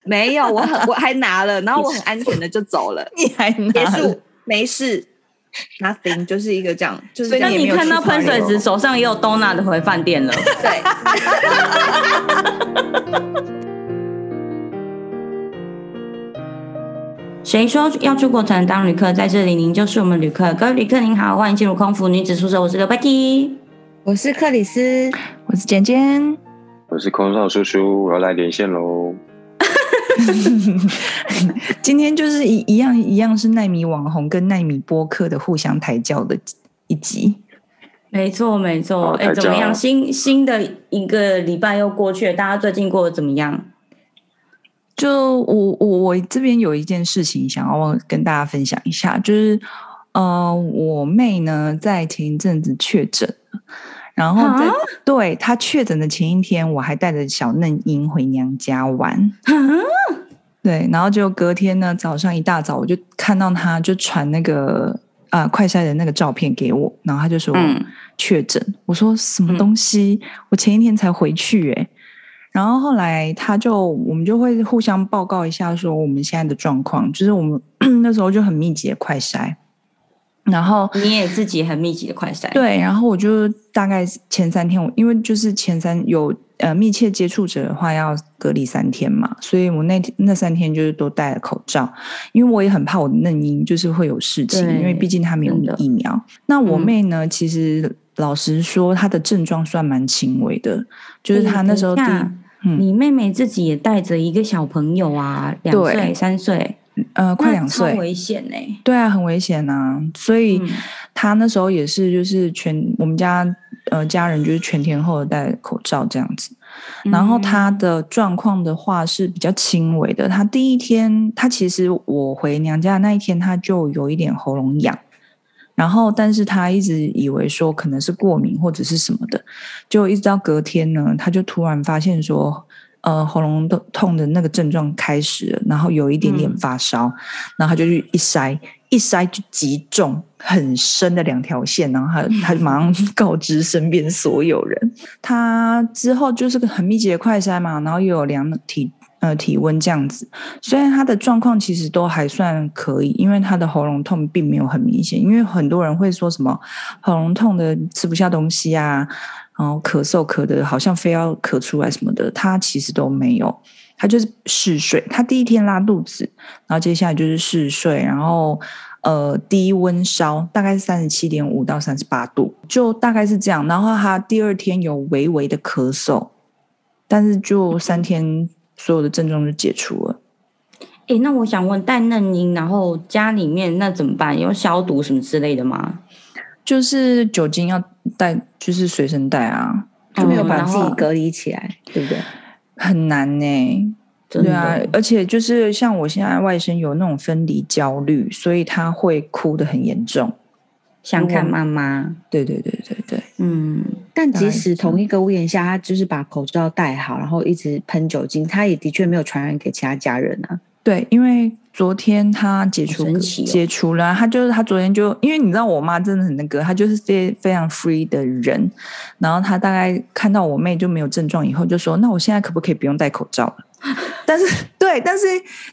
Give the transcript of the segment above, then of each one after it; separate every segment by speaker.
Speaker 1: 没有，我很我还拿了，然后我很安全的就走了，
Speaker 2: 你还
Speaker 1: 结
Speaker 2: 拿了？
Speaker 1: 束没事，nothing，就是一个这样，就是这
Speaker 2: 那
Speaker 1: 样。
Speaker 2: 你看到喷水
Speaker 1: 池
Speaker 2: 池手上也有 donut 的回饭 店了。
Speaker 1: 对。
Speaker 2: 谁说要出国才能当旅客？在这里，您就是我们旅客。各位旅客您好，欢迎进入空服女子宿舍，我是刘 Betty。
Speaker 1: 我是克里斯，
Speaker 3: 我是简简，
Speaker 4: 我是空少叔叔，我要来连线喽。
Speaker 3: 今天就是一一样一样是奈米网红跟奈米播客的互相抬轿的一集。
Speaker 2: 没错，没错。
Speaker 4: 好
Speaker 2: 哎、
Speaker 4: 大家
Speaker 2: 怎么样？新新的一个礼拜又过去了，大家最近过得怎么样？
Speaker 3: 就我我我这边有一件事情想要跟大家分享一下，就是呃，我妹呢在前一阵子确诊了，然后在
Speaker 2: 啊
Speaker 3: 对她确诊的前一天，我还带着小嫩婴回娘家玩。
Speaker 2: 啊
Speaker 3: 对，然后就隔天呢，早上一大早我就看到她就传那个啊、快筛的那个照片给我，然后她就说
Speaker 2: 嗯
Speaker 3: 确诊，我说什么
Speaker 2: 嗯
Speaker 3: 东西？我前一天才回去诶、然后后来他就我们就会互相报告一下，说我们现在的状况，就是我们 那时候就很密集的快筛，然后
Speaker 2: 你也自己很密集的快筛，，
Speaker 3: 对，然后我就大概前三天，我因为就是前三有呃密切接触者的话要隔离三天嘛，所以我那天那三天就是都戴了口罩，因为我也很怕我的嫩婴就是会有事情，因为
Speaker 2: 对
Speaker 3: 毕竟他没有
Speaker 2: 真的
Speaker 3: 疫苗。那我
Speaker 2: 嗯
Speaker 3: 妹呢，其实老实说，她的症状算蛮轻微的，就是她那时候第
Speaker 2: 等一
Speaker 3: 一
Speaker 2: 下
Speaker 3: 嗯
Speaker 2: 嗯你妹妹自己也带着一个小朋友啊，两
Speaker 3: 对
Speaker 2: 岁、三岁，
Speaker 3: 呃快
Speaker 2: 那
Speaker 3: 两
Speaker 2: 超
Speaker 3: 岁，
Speaker 2: 危险欸呢、
Speaker 3: 对啊，很危险啊，所以。
Speaker 2: 嗯
Speaker 3: 他那时候也是，就是全我们家呃家人就是全天候的戴口罩这样子。然
Speaker 2: 嗯
Speaker 3: 后他的状况的话是比较轻微的，他第一天他其实我回娘家的那一天他就有一点喉咙痒，然后但是他一直以为说可能是过敏或者是什么的，就一直到隔天呢，他就突然发现说。呃，喉咙痛痛的那个症状开始了，然后有一点点
Speaker 2: 嗯
Speaker 3: 发烧，然后他就去一筛，一筛就击中很深的两条线，然后他他就马上 告知身边所有人。他之后就是个很密集的快筛嘛，然后又有量体呃体温这样子。虽然他的状况其实都还算可以，因为他的喉咙痛并没有很明显。因为很多人会说什么喉咙痛的吃不下东西啊，然后咳嗽咳的好像非要咳出来什么的，他其实都没有。他就是嗜睡，他第一天拉肚子，然后接下来就是嗜睡，然后呃低温烧，大概是三十七点五到三十八度，就大概是这样。然后他第二天有微微的咳嗽，但是就三天所有的症状就解除了。
Speaker 2: 哎、那我想问，带嫩婴，然后家里面那怎么办？有消毒什么之类的吗？
Speaker 3: 就是酒精要带，就是随身带啊，
Speaker 1: 他没有
Speaker 2: 嗯
Speaker 1: 把
Speaker 2: 然
Speaker 1: 自
Speaker 2: 后
Speaker 1: 己隔离起来，对不对？
Speaker 3: 很难呢、
Speaker 2: 真
Speaker 3: 对
Speaker 2: 的
Speaker 3: 啊，而且就是像我现在外甥有那种分离焦虑，所以他会哭得很严重。
Speaker 2: 想看
Speaker 3: 如果
Speaker 2: 妈妈，
Speaker 3: 对对对对对，
Speaker 2: 嗯，
Speaker 1: 但即
Speaker 3: 当然
Speaker 1: 使同一个屋檐下，他就是把口罩戴好，然后一直喷酒精，他也的确没有传染给其他家人啊。
Speaker 3: 对，因为昨天他解除
Speaker 2: 神奇哦
Speaker 3: 解除了啊，他就是他昨天就，因为你知道我妈真的很那个，她就是非非常 free 的人，然后她大概看到我妹就没有症状以后，就说那我现在可不可以不用戴口罩了？ 但是对，但是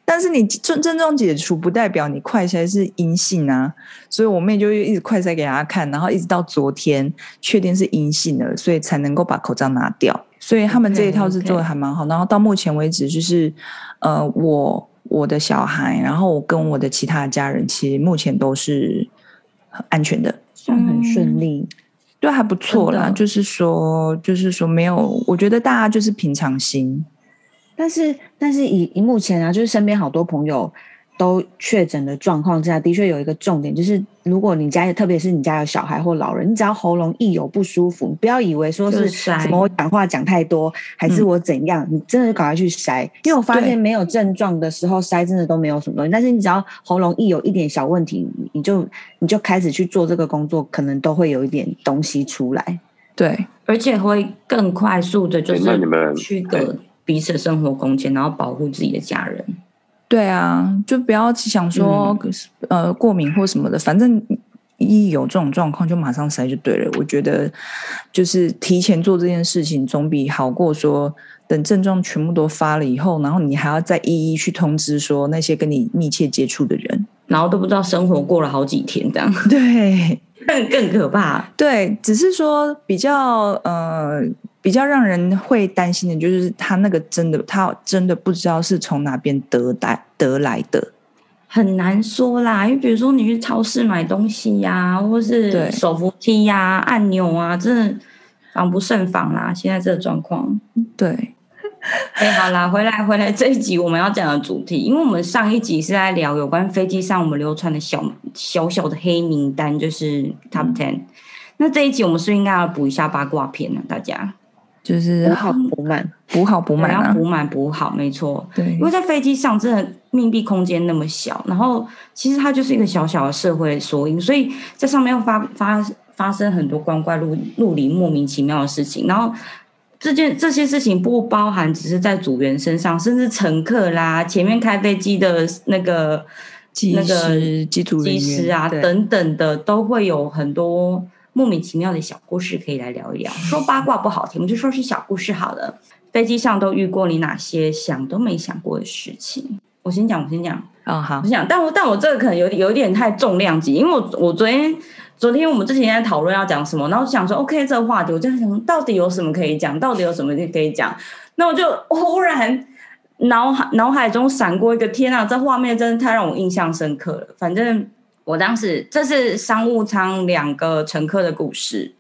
Speaker 3: 但是你症症状解除不代表你快筛是阴性啊，所以我妹就一直快筛给她看，然后一直到昨天确定是阴性了，所以才能够把口罩拿掉。所以他们这一套是
Speaker 2: OK，OK
Speaker 3: 做的还蛮好。然后到目前为止，就是呃，我我的小孩，然后我跟我的其他的家人，其实目前都是很安全的。
Speaker 1: 算很顺利，
Speaker 3: 对，还不错啦。
Speaker 2: 真的哦
Speaker 3: 就是说，就是说，没有，我觉得大家就是平常心。
Speaker 1: 但是但是以以目前啊，就是身边好多朋友都确诊的状况之下，的确有一个重点，就是如果你家特别是你家有小孩或老人，你只要喉咙一有不舒服，你不要以为说
Speaker 2: 就是筛
Speaker 1: 什么我讲话讲太多，还是
Speaker 3: 嗯
Speaker 1: 我怎样，你真的赶快去筛，因为我发
Speaker 3: 对
Speaker 1: 现没有症状的时候筛真的都没有什么东西，但是你只要喉咙一有一点小问题，你你就你就开始去做这个工作，可能都会有一点东西出来。
Speaker 3: 对，
Speaker 2: 而且会更快速的，就
Speaker 4: 诶哎那你
Speaker 2: 是
Speaker 4: 们
Speaker 2: 区隔彼此的生活空间，然后保护自己的家人。
Speaker 3: 嗯对啊，就不要想说、呃过敏或什么的，反正。一有这种状况就马上塞就对了。我觉得就是提前做这件事情，总比好过说等症状全部都发了以后，然后你还要再一一去通知说那些跟你密切接触的人。
Speaker 2: 然后都不知道生活过了好几天，这样
Speaker 3: 对
Speaker 2: 更更可怕。
Speaker 3: 对，只是说比较呃。比较让人会担心的就是他那个真的，他真的不知道是从哪边得来得来的，
Speaker 2: 很难说啦，因为比如说你去超市买东西呀、或
Speaker 3: 对
Speaker 2: 是手扶梯呀、按钮啊，真的防不胜防啦。现在这个状况，
Speaker 3: 对，
Speaker 2: 哎、好啦，回来回来，这一集我们要讲的主题，因为我们上一集是在聊有关飞机上我们流传的小小小的黑名单，就是 Top 嗯 Ten。那这一集我们是不是应该要补一下八卦片呢、大家
Speaker 3: 就是
Speaker 1: 补好
Speaker 2: 嗯
Speaker 1: 补满，
Speaker 3: 补好补
Speaker 2: 我
Speaker 3: 满
Speaker 2: 要
Speaker 3: 啊，
Speaker 2: 补满补好，没错。
Speaker 3: 对
Speaker 2: 因为在飞机上真的密闭空间那么小，然后其实它就是一个小小的社会缩影，所以在上面又发发发生很多光怪陆陆离、莫名其妙的事情。然后这件这些事情不包含只是在组员身上，甚至乘客啦、前面开飞机的那个
Speaker 3: 技
Speaker 2: 那个
Speaker 3: 师、机组人
Speaker 2: 机
Speaker 3: 员
Speaker 2: 师啊
Speaker 3: 对
Speaker 2: 等等的，都会有很多莫名其妙的小故事可以来聊一聊。说八卦不好听，我们就说是小故事好了。飞机上都遇过你哪些想都没想过的事情？我先讲，我先讲，
Speaker 3: 哦好
Speaker 2: 我先讲。但我但我这个可能有有点太重量级，因为我我昨天昨天我们之前在讨论要讲什么，然后想说 OK 这个话题，我就在想到底有什么可以讲，到底有什么可以讲。那我就忽然脑海脑海中闪过一个天啊，这画面真的太让我印象深刻了。反正我当时这是商务舱两个乘客的故事，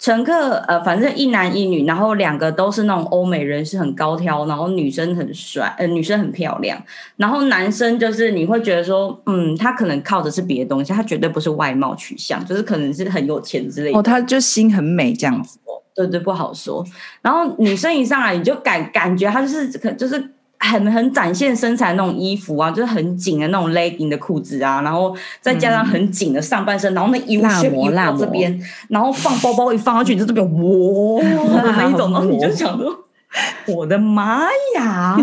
Speaker 2: 乘客呃，反正一男一女，然后两个都是那种欧美人，是很高挑，然后女生很帅，呃，女生很漂亮，然后男生就是你会觉得说，嗯，他可能靠的是别的东西，他绝对不是外貌取向，就是可能是很有钱之类的
Speaker 3: 哦，。他就心很美这样子，
Speaker 2: 对对，不好说。然后女生一上来，你就感感觉她就是可就是很很展现身材那种衣服啊，就是很紧的那种 legging 的裤子啊，然后再加上很紧的上半身，然后那油
Speaker 1: 嗯辣
Speaker 2: 旋
Speaker 1: 模
Speaker 2: 油
Speaker 1: 辣
Speaker 2: 到
Speaker 1: 模
Speaker 2: 这边，然后放包包一放下去，你 就这边哇的那一种，然后你就想说，我的妈 呀！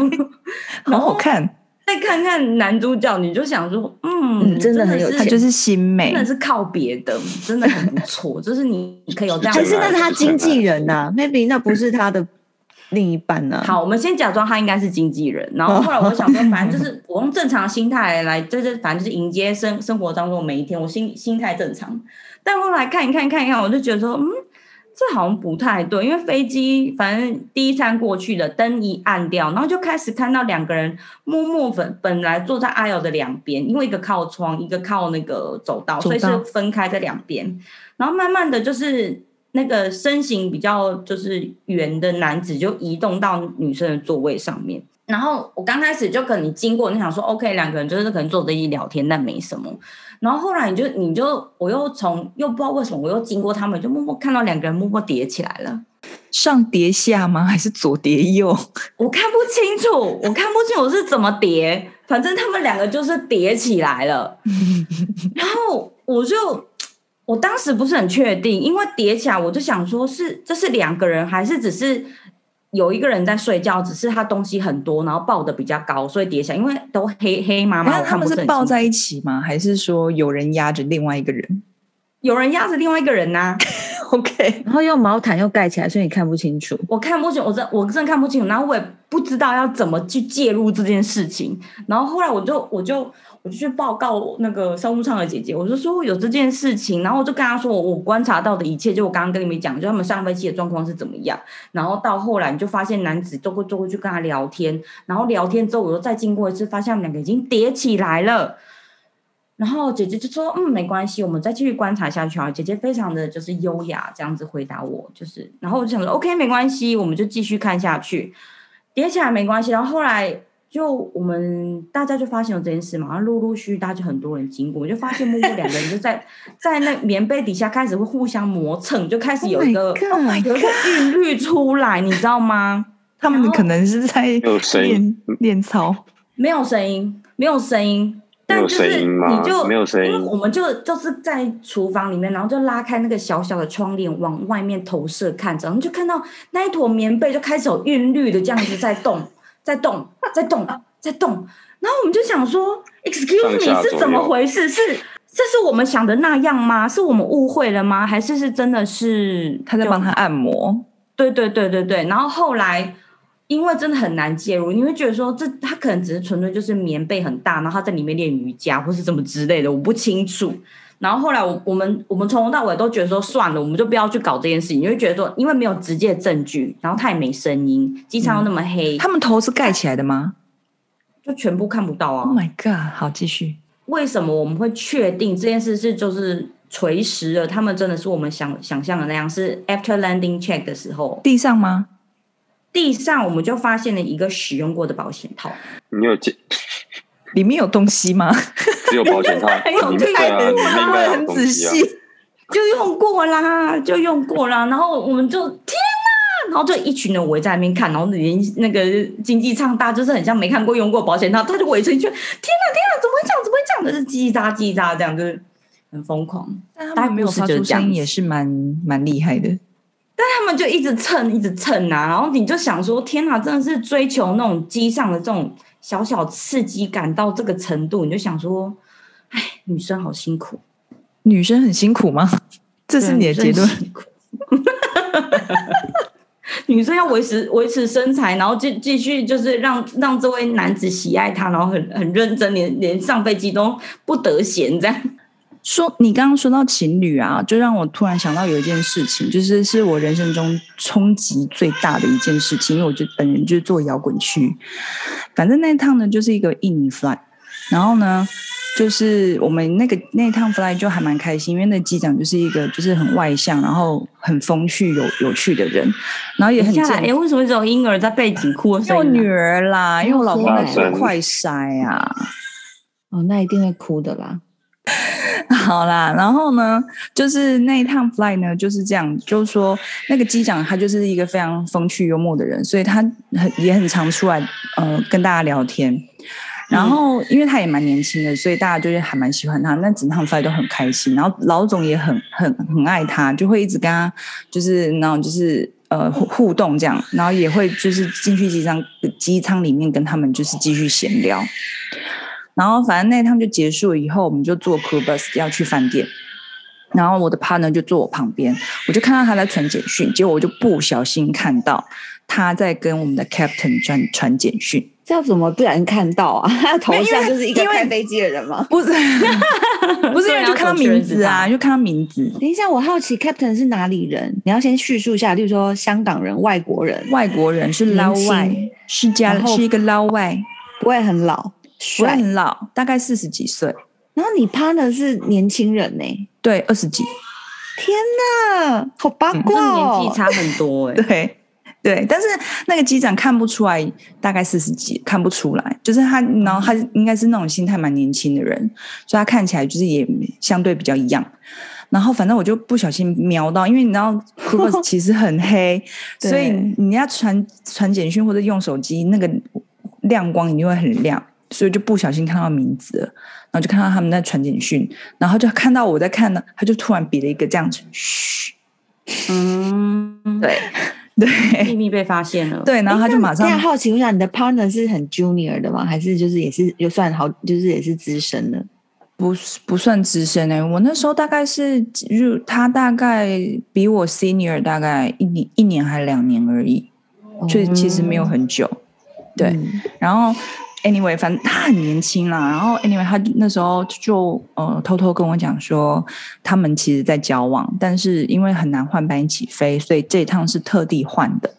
Speaker 3: 好好看，
Speaker 2: 再看看男主角，你就想说，嗯，
Speaker 1: 嗯真的很有
Speaker 2: 是
Speaker 3: 他就是心美
Speaker 2: 真，的是靠别的，真的很不错，就是你可以有这样
Speaker 1: 还
Speaker 2: 的
Speaker 4: 对
Speaker 1: 是那
Speaker 4: 啊
Speaker 1: 是他
Speaker 4: 就是
Speaker 1: 经
Speaker 4: 很
Speaker 1: 纪
Speaker 4: 难
Speaker 1: 人 呐、m a y b e 那不是他的另一半呐、
Speaker 2: 好，我们先假装他应该是经纪人，然后后来我想说，反正就是我用正常的心态来，就是反正就是迎接生生活当中的每一天，我心心态正常。但后来看一看看一看，我就觉得说，嗯，这好像不太对，因为飞机反正第一餐过去了，灯一暗掉，然后就开始看到两个人默默本本来坐在阿瑶的两边，因为一个靠窗，一个靠那个走道，所以
Speaker 3: 走道
Speaker 2: 是分开在两边。然后慢慢的就是那个身形比较就是圆的男子就移动到女生的座位上面。然后我刚开始就可能经过，你想说 OK，两个人就是可能坐着一起聊天，但没什么。然后后来你就你就我又从又不知道为什么我又经过他们，就默默看到两个人默默叠起来了。
Speaker 3: 上叠下吗？还是左叠右？
Speaker 2: 我看不清楚，我看不清我是怎么叠，反正他们两个就是叠起来 了。然后我就，我当时不是很确定，因为叠起来，我就想说是这是两个人，还是只是有一个人在睡觉，只是他东西很多，然后抱的比较高，所以叠起来，因为都黑黑麻麻，
Speaker 3: 那
Speaker 2: 我
Speaker 3: 他
Speaker 2: 看
Speaker 3: 们
Speaker 2: 不是
Speaker 3: 是
Speaker 2: 很
Speaker 3: 抱
Speaker 2: 清楚
Speaker 3: 在一起吗？还是说有人压着另外一个人
Speaker 2: 有人压着另外一个人呐、
Speaker 3: ？OK，
Speaker 1: 然后用毛毯又盖起来，所以你看不清楚。
Speaker 2: 我看不清，我真我真的看不清楚，然后我也不知道要怎么去介入这件事情。然后后来我就我就我就去报告那个商务舱的姐姐，我就说有这件事情，然后我就跟她说我我观察到的一切，就我刚刚跟你们讲，就他们上飞机的状况是怎么样。然后到后来你就发现男子坐过坐过去跟他聊天，然后聊天之后我又再经过一次，发现他们两个已经叠起来了。然后姐姐就说：“嗯，没关系，我们再继续观察下去啊。”姐姐非常的就是优雅，这样子回答我，就是，然后我就想说：“OK，没关系，我们就继续看下去，叠起来没关系。”然后后来就我们大家就发现有这件事嘛，然后陆陆续续大家就很多人经过，我就发现默默两个人就在 在那棉被底下开始会互相磨蹭，就开始有一个
Speaker 1: Oh my god
Speaker 2: 有一个韵律出来，你知道吗？
Speaker 3: 他们
Speaker 2: 然后
Speaker 3: 可能是在
Speaker 4: 有声音
Speaker 3: 练练操，
Speaker 2: 没有声音，没有声音，
Speaker 4: 没
Speaker 2: 但
Speaker 4: 有
Speaker 2: 就是
Speaker 4: 声音吗
Speaker 2: 你就
Speaker 4: 没有声音
Speaker 2: 因为我们就就是在厨房里面，然后就拉开那个小小的窗帘往外面投射看着，然后就看到那一坨棉被就开始有韵律的这样子在动， 在动， 在动，在动，然后我们就想说
Speaker 4: 上
Speaker 2: ，Excuse
Speaker 4: 下
Speaker 2: me 是
Speaker 4: 左
Speaker 2: 怎么
Speaker 4: 右
Speaker 2: 回事？是。这是我们想的那样吗？是我们误会了吗？还是是真的是
Speaker 3: 他在
Speaker 2: 就
Speaker 3: 帮他按摩，
Speaker 2: 对对对对对，然后后来因为真的很难介入，你会觉得说这他可能只是纯粹就是棉被很大，然后他在里面练瑜伽或是什么之类的，我不清楚。然后后来我我们我们从头到尾都觉得说算了，我们就不要去搞这件事情，你会觉得说因为没有直接证据，然后他也没声音，机舱又那么黑，
Speaker 3: 嗯他们头是盖起来的吗
Speaker 2: 就全部看不到啊。
Speaker 3: ？Oh my god！好，继续。
Speaker 2: 为什么我们会确定这件事是就是垂实了？他们真的是我们想想象的那样，是 after landing check 的时候，
Speaker 3: 地上吗？
Speaker 2: 地上我们就发现了一个使用过的保险套，
Speaker 4: 你有见
Speaker 3: 里面有东西吗？
Speaker 4: 只有保险套
Speaker 2: 很有，
Speaker 4: 你
Speaker 2: 趣
Speaker 4: 对啊，
Speaker 2: 很
Speaker 4: 里面应该 有
Speaker 3: 很
Speaker 4: 东
Speaker 3: 仔
Speaker 4: 西啊。
Speaker 3: 细。
Speaker 2: 就用过啦，就用过啦。然后我们就天哪，然后就一群人围在那边看，然后连那个经济舱大就是很像没看过用过保险套，他就围成一圈，天哪天哪，怎么会这样？怎么会这样？就是叽叽喳叽喳这样，就是很疯狂。
Speaker 3: 但
Speaker 2: 大
Speaker 3: 他
Speaker 2: 概
Speaker 3: 们没有
Speaker 2: 故事
Speaker 3: 发
Speaker 2: 就是
Speaker 3: 出
Speaker 2: 这样
Speaker 3: 声音，
Speaker 2: 子
Speaker 3: 也是蛮蛮厉害的。
Speaker 2: 他们就一直蹭，一直蹭啊，然后你就想说，天哪，真的是追求那种机上的这种小小刺激感到这个程度，你就想说，哎，女生好辛苦，
Speaker 3: 女生很辛苦吗？ 这是你的结论
Speaker 2: 对。女生辛苦 女生要维持维持身材，然后继继续就是让让这位男子喜爱她，然后很很认真，连连上飞机都不得闲这样。
Speaker 3: 说你刚刚说到情侣啊，就让我突然想到有一件事情，就是是我人生中冲击最大的一件事情，因为我就本人就是做摇滚区，反正那一趟呢就是一个印尼 fly，然后呢。就是我们那个那一趟 fly 就还蛮开心，因为那机长就是一个就是很外向，然后很风趣有有趣的人，然后也很
Speaker 2: 接下来，
Speaker 3: 健
Speaker 2: 哎，为什么只有婴儿在背景哭的
Speaker 3: 因为我
Speaker 2: 声音啊、
Speaker 3: 女儿啦，因为我老公在
Speaker 4: 哦大
Speaker 3: 做
Speaker 4: 声
Speaker 3: 快筛啊，
Speaker 1: 哦，那一定会哭的啦。
Speaker 3: 好啦，然后呢，就是那一趟 fly 呢就是这样，就是说那个机长他就是一个非常风趣幽默的人，所以他很也很常出来呃跟大家聊天。然
Speaker 4: 嗯
Speaker 3: 后，因为他也蛮年轻的，所以大家就是还蛮喜欢他。那整趟 fly 都很开心，然后老总也很很很爱他，就会一直跟他就是那种就是呃互互动这样，然后也会就是进去机舱机舱里面跟他们就是继续闲聊。然后反正那一趟就结束以后，我们就坐 crew bus 要去饭店。然后我的 partner 就坐我旁边，我就看到他在传简讯，结果我就不小心看到他在跟我们的 captain 传传简讯，
Speaker 1: 这要怎么不然看到啊？他的头
Speaker 3: 没有因为
Speaker 1: 像就是一个
Speaker 3: 因为
Speaker 1: 开飞机的人吗？
Speaker 3: 不是 不是
Speaker 2: 对
Speaker 3: 因为
Speaker 2: 啊
Speaker 3: 就看到
Speaker 2: 我确认是
Speaker 3: 名字
Speaker 2: 他
Speaker 3: 啊，就看到名字，
Speaker 1: 等一下，我好奇 Captain 是哪里人？你要先叙述一下，例如说香港人、外国人，
Speaker 3: 外国人是
Speaker 1: 年
Speaker 3: 捞
Speaker 1: 轻
Speaker 3: 外，是加
Speaker 1: 然后
Speaker 3: 是一个捞外，
Speaker 1: 不会很老，
Speaker 3: 不会
Speaker 1: 帅。
Speaker 3: 很老，大概四十几岁，
Speaker 1: 然后你 partner 是年轻人呢、
Speaker 3: 对，二十几，
Speaker 1: 天哪，好八
Speaker 2: 这
Speaker 1: 卦哦！
Speaker 2: 年纪差很多哎、
Speaker 3: 对对，但是那个机长看不出来，大概四十几，看不出来，就是他，然后他应该是那种心态蛮年轻的人，所以他看起来就是也相对比较一样。然后反正我就不小心瞄到，因为你 知道 c r u s 其实很黑，
Speaker 1: 对
Speaker 3: 所以你要传传简讯或者用手机，那个亮光一定会很亮，所以就不小心看到名字了，然后就看到他们在传简讯，然后就看到我在看呢，他就突然比了一个这样子，嘘，
Speaker 2: 嗯，
Speaker 3: 对对，
Speaker 2: 秘密被发现了。，
Speaker 3: 对，然后他就马上
Speaker 1: 那啊好奇问一下，你的 partner 是很 junior 的吗？还是就是也是就算好，就是也是资深的？
Speaker 3: 不是不算资深哎、我那时候大概是入他大概比我 senior 大概一年一年还两年而已，所以其实
Speaker 1: 哦
Speaker 3: 没有很久。
Speaker 2: 哦
Speaker 3: 对，
Speaker 1: 嗯
Speaker 3: 然后 anyway，反正他很年轻啦。然后 anyway，他那时候就呃偷偷跟我讲说，他们其实在交往，但是因为很难换班一起飞，所以这一趟是特地换的。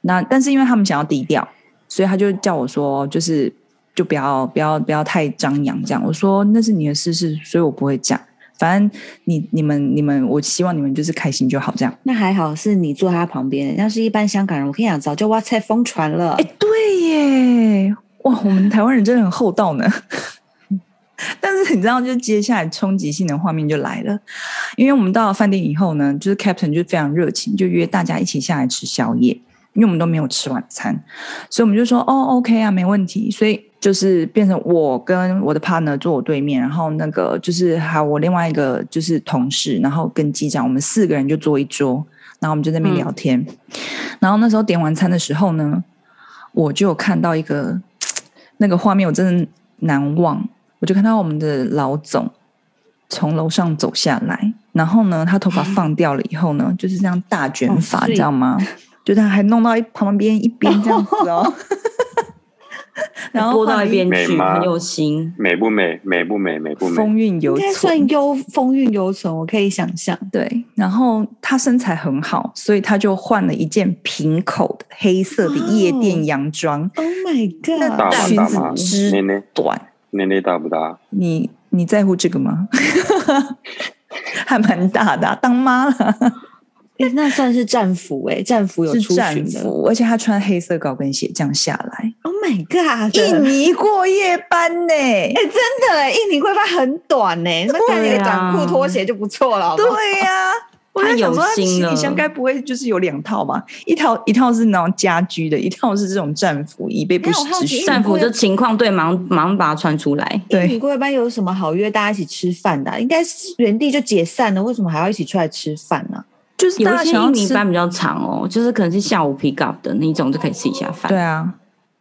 Speaker 3: 那但是因为他们想要低调，所以他就叫我说，就是就不要不要不要太张扬这样。我说那是你的事是，所以我不会讲。反正你你们你们，我希望你们就是开心就好这样。
Speaker 1: 那还好是你坐他旁边，要是一般香港人，我跟你讲，早就 WhatsApp 疯传了
Speaker 3: 哎、。对耶，哇，我们台湾人真的很厚道呢。 但是你知道，就接下来冲击性的画面就来了，因为我们到了饭店以后呢，就是 Captain 就非常热情，就约大家一起下来吃宵夜，因为我们都没有吃晚餐，所以我们就说哦，OK 啊，没问题。所以就是变成我跟我的 partner 坐我对面，然后那个就是还有我另外一个就是同事，然后跟机长，我们四个人就坐一桌，然后我们就在那
Speaker 1: 嗯
Speaker 3: 边聊天。然后那时候点完餐的时候呢，我就有看到一个那个画面，我真的难忘。我就看到我们的老总，从楼上走下来，然后呢，她头发放掉了以后呢，就是这样大卷发，
Speaker 1: 好
Speaker 3: 知
Speaker 1: 碎
Speaker 3: 道吗？就她还弄到一旁边一边这样子 哦，然后
Speaker 2: 拨到一边
Speaker 4: 美
Speaker 2: 去，
Speaker 4: 吗
Speaker 2: 很有心。
Speaker 4: 美不美？美不美？美不美？
Speaker 3: 风韵
Speaker 1: 应
Speaker 3: 犹
Speaker 1: 该
Speaker 3: 存，
Speaker 1: 算优风韵犹存，我可以想象。
Speaker 3: 对，然后她身材很好，所以她就换了一件平口的黑色的夜店洋装，
Speaker 1: Oh my
Speaker 4: 大
Speaker 3: 那
Speaker 4: 吗
Speaker 1: god！
Speaker 3: 裙
Speaker 4: 大
Speaker 3: 子
Speaker 4: 吗？内
Speaker 3: 之
Speaker 4: 内
Speaker 3: 短，
Speaker 4: 内内大不大？
Speaker 3: 你你在乎这个吗？ 还蛮大的啊、当妈 了，
Speaker 1: 诶那算是战服哎、战服有
Speaker 3: 是
Speaker 1: 出
Speaker 3: 战
Speaker 1: 巡的。
Speaker 3: 服，而且她穿黑色高跟鞋这样下来，
Speaker 1: Oh my god！
Speaker 3: 印尼过夜班呢、
Speaker 1: 哎、真的、欸，印尼贵发很短呢、那带你
Speaker 2: 对
Speaker 1: 个
Speaker 2: 啊
Speaker 1: 短裤拖鞋就不错了好不好
Speaker 3: 对 呀、我
Speaker 2: 太
Speaker 3: 在想
Speaker 2: 有
Speaker 3: 说，她
Speaker 2: 心
Speaker 3: 行
Speaker 2: 了
Speaker 3: 李箱该不会就是有两套吧？一套一套是那种家居的，一套是这种战服，以备
Speaker 1: 没
Speaker 3: 不
Speaker 1: 有
Speaker 3: 时
Speaker 1: 我好
Speaker 3: 之
Speaker 1: 奇
Speaker 3: 需。
Speaker 2: 战服就情况对，马上马上把它穿出来。
Speaker 3: 对
Speaker 1: 英语贵班有什么好约大家一起吃饭的啊、应该是原地就解散了，为什么还要一起出来吃饭呢、
Speaker 3: 就是
Speaker 2: 有
Speaker 3: 大
Speaker 2: 一
Speaker 3: 家
Speaker 2: 些
Speaker 3: 想
Speaker 2: 印
Speaker 3: 要
Speaker 2: 尼
Speaker 3: 吃，
Speaker 2: 班比较长哦，就是可能是下午 pick up 的那种，就可以吃一下饭。
Speaker 3: 对啊，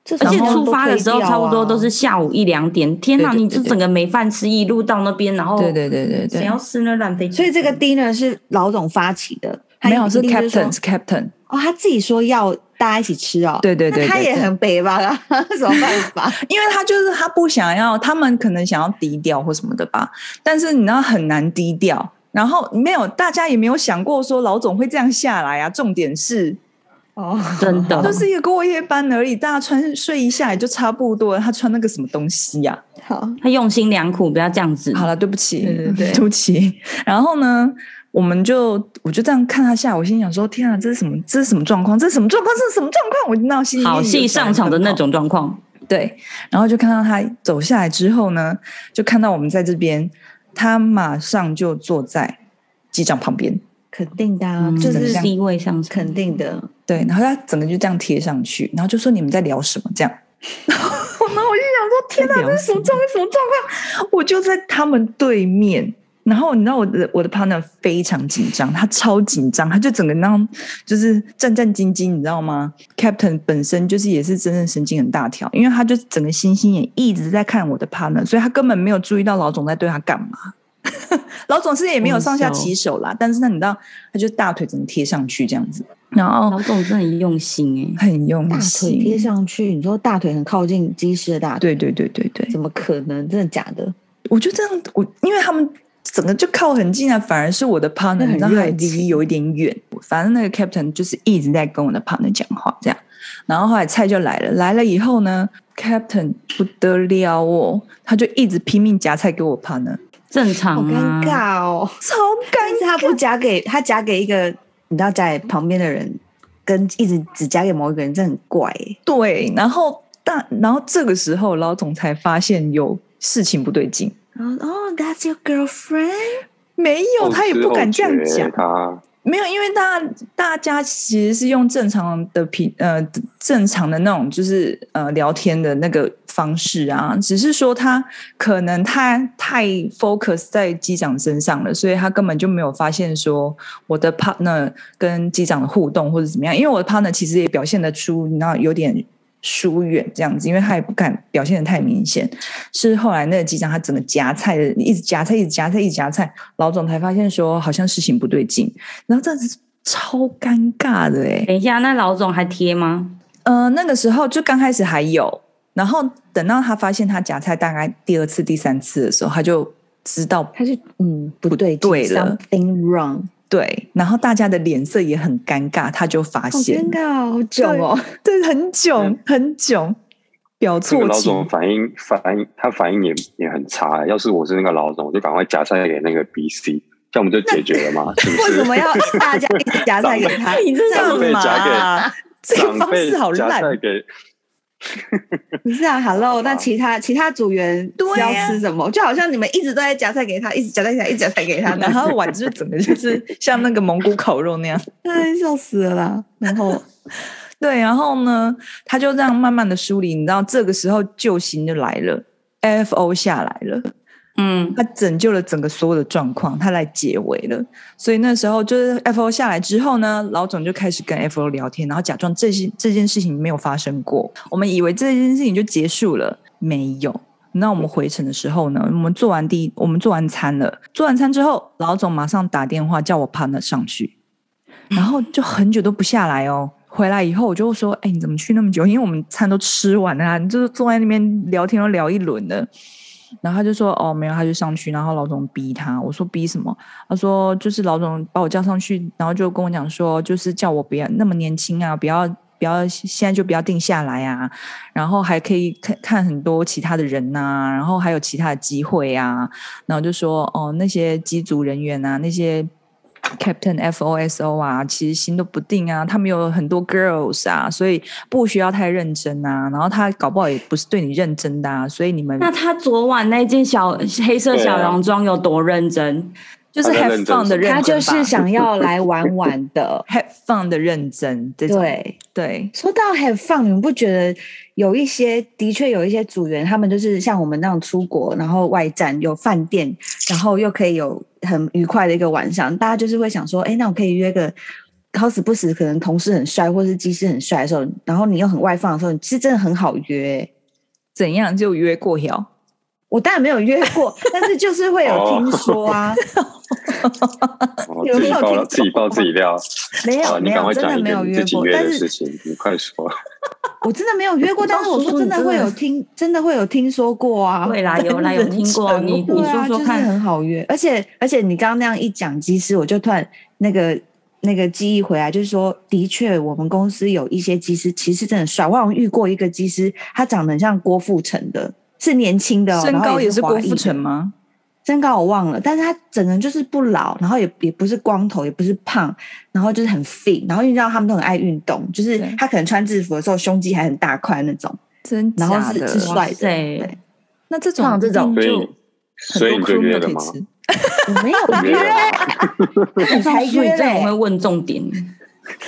Speaker 1: 这
Speaker 2: 而
Speaker 1: 种
Speaker 2: 且
Speaker 1: 通通
Speaker 2: 出
Speaker 1: 都
Speaker 2: 发的时候
Speaker 1: 推掉啊
Speaker 2: 差不多都是下午一两点。天哪，
Speaker 3: 对对
Speaker 2: 你这
Speaker 3: 对对
Speaker 2: 整个没饭吃，一路到那边，然后
Speaker 3: 对对对对
Speaker 2: 谁
Speaker 3: 对
Speaker 2: 哦要，吃那烂飞机？
Speaker 1: 所以这个 dinner 是老总发起的，他
Speaker 3: 没有
Speaker 1: 一
Speaker 3: 是
Speaker 1: 定就
Speaker 3: captain
Speaker 1: 说
Speaker 3: 是 captain，
Speaker 1: 哦，他自己说要大家一起吃哦，
Speaker 3: 对对对
Speaker 1: 那他
Speaker 3: 对
Speaker 1: 也
Speaker 3: 对
Speaker 1: 很北吧， 他什么办法？
Speaker 3: 因为他就是他不想要，他们可能想要低调或什么的吧，但是你知道很难低调。然后没有，大家也没有想过说老总会这样下来啊。重点是，
Speaker 1: 哦，
Speaker 2: 真的
Speaker 3: 就是一个过夜班而已，大家穿睡一下也就差不多了。他穿那个什么东西呀、
Speaker 1: 好，
Speaker 2: 他用心良苦，不要这样子。
Speaker 3: 好了，对不起，
Speaker 1: 对 对对
Speaker 3: 对不起。然后呢，我们就我就这样看他下，我心想说：天啊，这是什么？这是什么状况？这是什么状况？这是什么状况？我就闹心里面
Speaker 2: 好
Speaker 3: 有
Speaker 2: 戏
Speaker 3: 小
Speaker 2: 上场的
Speaker 3: 奔
Speaker 2: 那
Speaker 3: 跑
Speaker 2: 种状况，
Speaker 3: 对，然后就看到他走下来之后呢，就看到我们在这边，他马上就坐在机长旁边，
Speaker 1: 肯定的、啊，
Speaker 2: 嗯
Speaker 1: 就
Speaker 3: 怎么
Speaker 1: 是
Speaker 3: 样
Speaker 2: C 位上场
Speaker 1: 肯定的，
Speaker 3: 对，然后他整个就这样贴上去，然后就说你们在聊什么这样。然后我就想说，天哪，这是什么状况？什么状况？我就在他们对面。然后你知道我的我的 partner 非常紧张，他超紧张，他就整个那样就是战战兢兢，你知道吗？Captain 本身就是也是真正神经很大条，因为他就整个星星眼一直在看我的 partner，所以他根本没有注意到老总在对他干嘛。 老总是也没有上下其手啦，但是那你知道，他就大腿整个贴上去这样子，然后
Speaker 2: 老总真的很用心哎、
Speaker 3: 很用
Speaker 1: 大腿贴
Speaker 3: 心。
Speaker 1: 上去，你说大腿很靠近机师的大腿，
Speaker 3: 对对对对对，
Speaker 1: 怎么可能？真的假的？
Speaker 3: 我就这样，我因为他们整个就靠很近啊，反而是我的 partner，
Speaker 1: 那很
Speaker 3: 你知道他
Speaker 1: 热
Speaker 3: 离有一点远。反正那个 captain 就是一直在跟我的 partner 讲话这样，然后后来菜就来了，来了以后呢，captain 不得了哦，他就一直拼命夹菜给我 partner，
Speaker 2: 正
Speaker 1: 好
Speaker 3: 嗯
Speaker 2: 常啊。
Speaker 1: 尴尬哦！
Speaker 3: 超
Speaker 1: 但是
Speaker 3: 尴尬。
Speaker 1: 他不夹给他夹给一个，你知道夹给旁边的人，跟一直只夹给某一个人，这很怪欸耶、
Speaker 3: 对，然后但然后这个时候老总才发现有事情不对劲，
Speaker 1: 然后哦，That's your girlfriend，
Speaker 3: 没有，他也
Speaker 4: 后知
Speaker 3: 不
Speaker 4: 哦后
Speaker 3: 敢这样
Speaker 4: 觉
Speaker 3: 讲。
Speaker 4: 他
Speaker 3: 没有，因为大家大家其实是用正常的平呃正常的那种就是呃聊天的那个方式啊，只是说他可能他太 focus 在机长身上了，所以他根本就没有发现说我的 partner 跟机长的互动或者怎么样，因为我的 partner 其实也表现得出，你知道有点疏远这样子，因为他也不敢表现得太明显。是后来那个机长他整个夹菜的，一直夹菜，一直夹菜，一直夹菜，老总才发现说好像事情不对劲，然后这样子超尴尬的哎、
Speaker 2: 等一下，那老总还贴吗？
Speaker 3: 呃，那个时候就刚开始还有，然后等到他发现他夹菜大概第二次、第三次的时候，他就知道
Speaker 1: 他是嗯不对劲
Speaker 3: 不对了
Speaker 1: ，something wrong，
Speaker 3: 对，然后大家的脸色也很尴尬，他就发
Speaker 1: 好
Speaker 3: 现
Speaker 1: 尴，尬哦，好囧哦，
Speaker 3: 对，很囧
Speaker 4: 嗯，
Speaker 3: 很囧，表
Speaker 4: 这个
Speaker 3: 错
Speaker 4: 老
Speaker 3: 情
Speaker 4: 总。 反应反应他反应也也很差。欸要是我是那个老总，我就赶快夹菜给那个 B C，这样我们就解决了嘛？是不
Speaker 1: 为什
Speaker 4: 是？
Speaker 1: 么要大家一直 夹菜给他？
Speaker 3: 你这
Speaker 4: 长
Speaker 3: 干
Speaker 4: 辈
Speaker 3: 嘛
Speaker 4: 夹给
Speaker 3: 啊？这个
Speaker 4: 长
Speaker 3: 方
Speaker 4: 辈
Speaker 3: 式好
Speaker 4: 夹菜
Speaker 3: 烂，
Speaker 4: 给
Speaker 1: 不是啊，Hello，那其他其他组员
Speaker 3: 对
Speaker 1: 是要
Speaker 3: 啊
Speaker 1: 吃什么？就好像你们一直都在夹菜给他，一直夹菜给他，一直夹菜给 他，
Speaker 3: 啊然后碗就是整个就是像那个蒙古烤肉那样。
Speaker 1: 哎，笑死了啦！然后
Speaker 3: 对，然后呢，他就这样慢慢的梳理，你知道，这个时候救星就来了，FO 下来了，
Speaker 2: 嗯，
Speaker 3: 他拯救了整个所有的状况，他来结尾了。所以那时候就是 FO 下来之后呢，老总就开始跟 FO 聊天，然后假装这些这件事情没有发生过，我们以为这件事情就结束了，没有。那我们回程的时候呢，我们做完第一，我们做完餐了，做完餐之后，老总马上打电话叫我 partner 上去，然后就很久都不下来哦。回来以后我就说：“哎、你怎么去那么久？因为我们餐都吃完了、啊，你就是坐在那边聊天都聊一轮了。”然后他就说：“哦，没有，他就上去。”然后老总逼他，我说：“逼什么？”他说：“就是老总把我叫上去，然后就跟我讲说，就是叫我不要那么年轻啊，不要不要现在就不要定下来啊，然后还可以看看很多其他的人呐、然后还有其他的机会啊，然后就说哦，那些机组人员啊，那些 Captain FOSO 啊，其实心都不定啊，他们有很多 girls 啊，所以不需要太认真啊，然后他搞不好也不是对你认真的啊，所以你们
Speaker 2: 那他昨晚那件小黑色小洋装有多认真？
Speaker 3: 就是
Speaker 4: 他在
Speaker 3: have
Speaker 4: 认真
Speaker 3: fun 的
Speaker 4: 什么
Speaker 3: 认真吧，。
Speaker 1: 他就是想要来玩玩的
Speaker 3: have fun 的认真， 这种
Speaker 1: 对，
Speaker 3: 对，
Speaker 1: 说到 have fun，你们不觉得有一些的确有一些组员，他们就是像我们那种出国，然后外站有饭店，然后又可以有很愉快的一个晚上，大家就是会想说，哎，那我可以约个。好死不死，可能同事很帅，或是技师很帅的时候，然后你又很外放的时候，你是真的很好约欸、
Speaker 3: 怎样就约过条？
Speaker 1: 我当然没有约过，但是就是会有
Speaker 4: 哦
Speaker 1: 听说 啊，
Speaker 4: 哦
Speaker 1: 有
Speaker 4: 自
Speaker 1: 没
Speaker 4: 己
Speaker 1: 有
Speaker 4: 爆
Speaker 1: 听
Speaker 4: 料自己爆自己料，
Speaker 1: 没
Speaker 4: 好，
Speaker 1: 有
Speaker 4: 哦你
Speaker 1: 没
Speaker 4: 赶
Speaker 1: 有，
Speaker 4: 快
Speaker 1: 真
Speaker 4: 讲
Speaker 1: 的
Speaker 4: 一
Speaker 1: 没
Speaker 4: 个
Speaker 1: 有
Speaker 4: 你
Speaker 1: 约
Speaker 4: 自己
Speaker 1: 过，
Speaker 4: 约
Speaker 1: 但
Speaker 4: 的
Speaker 1: 是
Speaker 4: 事情，你快说。
Speaker 1: 我真的没有约过，
Speaker 2: 我告
Speaker 1: 但是我
Speaker 2: 诉
Speaker 1: 说真
Speaker 2: 你
Speaker 1: 的
Speaker 2: 真
Speaker 1: 会
Speaker 2: 的
Speaker 1: 有听，真的会有听说过啊。
Speaker 2: 对啦，有啦，有听过
Speaker 3: 真人
Speaker 2: 你，
Speaker 3: 诚
Speaker 2: 你
Speaker 1: 对
Speaker 2: 说
Speaker 1: 啊，就
Speaker 2: 说
Speaker 1: 是
Speaker 2: 看，
Speaker 1: 很好约，而且而且你刚刚那样一讲，其实我就突然那个那个记忆回来，就是说，的确我们公司有一些技师其实真的帅，我好像遇过一个技师，他长得很像郭富城的，是年轻的、哦，
Speaker 3: 身
Speaker 1: 然后
Speaker 3: 高也
Speaker 1: 是
Speaker 3: 是
Speaker 1: 华
Speaker 3: 郭
Speaker 1: 裔
Speaker 3: 富
Speaker 1: 的
Speaker 3: 城吗？
Speaker 1: 身高我忘了，但是他整个人就是不老，然后也也不是光头，也不是胖，然后就是很 fit，然后你知道他们都很爱运动，就是
Speaker 3: 对
Speaker 1: 他可能穿制服的时候胸肌还很大块那种，
Speaker 3: 真
Speaker 1: 然
Speaker 3: 假
Speaker 1: 后是
Speaker 3: 的？
Speaker 1: 是帅的，
Speaker 2: 对
Speaker 1: 对，
Speaker 3: 那这种
Speaker 1: 像这种
Speaker 3: 一定
Speaker 4: 所以
Speaker 3: 就
Speaker 4: 所以你就约了吗
Speaker 3: 很多 crew 都
Speaker 1: 我
Speaker 3: 可以吃
Speaker 1: 没有
Speaker 4: 约
Speaker 1: 约
Speaker 4: 了，
Speaker 1: 你才
Speaker 2: 所以
Speaker 1: 约
Speaker 2: 这样我
Speaker 1: 嘞
Speaker 2: 会，问 重点。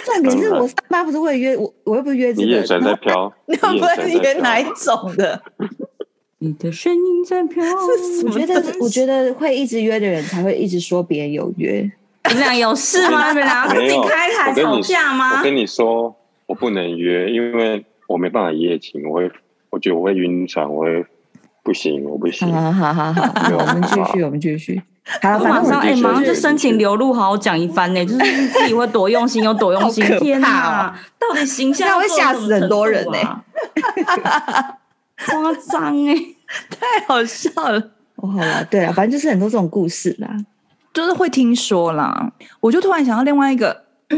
Speaker 1: 重点是我上班不是会约我，我又不是约这
Speaker 4: 你眼神
Speaker 1: 个，
Speaker 4: 在飘，
Speaker 3: 你要不然
Speaker 4: 眼神在
Speaker 3: 约
Speaker 4: 飘
Speaker 3: 哪一种的？
Speaker 2: 你的声音在飘，
Speaker 1: 我觉得
Speaker 3: 什么
Speaker 1: 我觉得会一直约的人才会一直说别人有约，
Speaker 2: 你们俩有事 吗？你们俩自
Speaker 4: 没
Speaker 2: 己
Speaker 4: 有
Speaker 2: 开台
Speaker 4: 我跟
Speaker 2: 吵
Speaker 4: 你
Speaker 2: 架吗
Speaker 4: 我？跟你说，我不能约，因为我没办法一夜情，我会，我觉得我会晕船，我会不行，我不行。
Speaker 1: 好好好好，
Speaker 4: 没有
Speaker 1: 我们继续，我们继续，好了，
Speaker 2: 我
Speaker 1: 啊反
Speaker 2: 马
Speaker 1: 正
Speaker 2: 上
Speaker 1: 我
Speaker 4: 我
Speaker 2: 哎，
Speaker 4: 就觉得
Speaker 2: 马上就申请流露，好好讲一番呢，就是自己会多用心，有多用心
Speaker 3: 好可。怕
Speaker 2: 天
Speaker 3: 哦
Speaker 2: 哪，到底形象
Speaker 1: 那会
Speaker 2: 做到
Speaker 1: 吓
Speaker 2: 什么
Speaker 1: 死很多人
Speaker 2: 程度啊！夸张哎，
Speaker 3: 太好笑了。
Speaker 1: 哦好了，对了，反正就是很多这种故事啦。
Speaker 3: 就是会听说啦。我就突然想到另外一个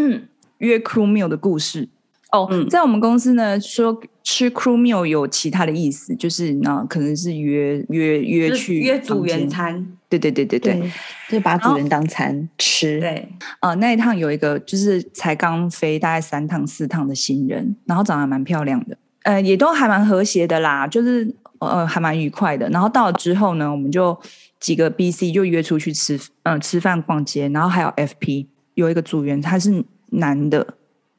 Speaker 3: 约 crew meal 的故事哦，
Speaker 2: 嗯
Speaker 3: 在我们公司呢，说吃 crew meal 有其他的意思，就是那可能是约约约
Speaker 2: 就是
Speaker 3: 去
Speaker 2: 约组员
Speaker 3: 餐，
Speaker 2: 餐，
Speaker 3: 对对对对对。
Speaker 1: 对，就把主人当餐吃。
Speaker 2: 对，
Speaker 3: 呃，那一趟有一个就是才刚飞大概三趟四趟的新人，然后长得还蛮漂亮的，呃，也都还蛮和谐的啦，就是呃还蛮愉快的。然后到了之后呢，我们就几个 B、C 就约出去吃，呃，吃饭、逛街，然后还有 F P 有一个组员他是男的，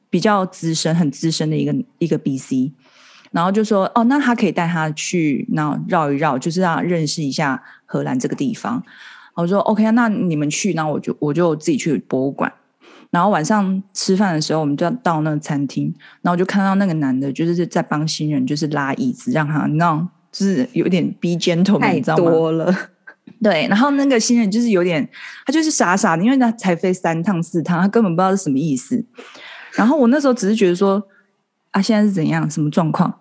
Speaker 3: 比较资深、很资深的一个一个 B、C。然后就说哦，那他可以带他去，然后绕一绕，就是让他认识一下荷兰这个地方。我说 OK，啊那你们去，那我就我就自己去博物馆。然后晚上吃饭的时候，我们就要到那个餐厅，然后我就看到那个男的，就是在帮新人，就是拉椅子，让他，你知道，就是有点 be gentleman，
Speaker 1: 太
Speaker 3: 你知道吗？
Speaker 1: 多了，
Speaker 3: 对，然后那个新人就是有点，他就是傻傻的，因为他才飞三趟四趟，他根本不知道是什么意思。然后我那时候只是觉得说，啊，现在是怎样，什么状况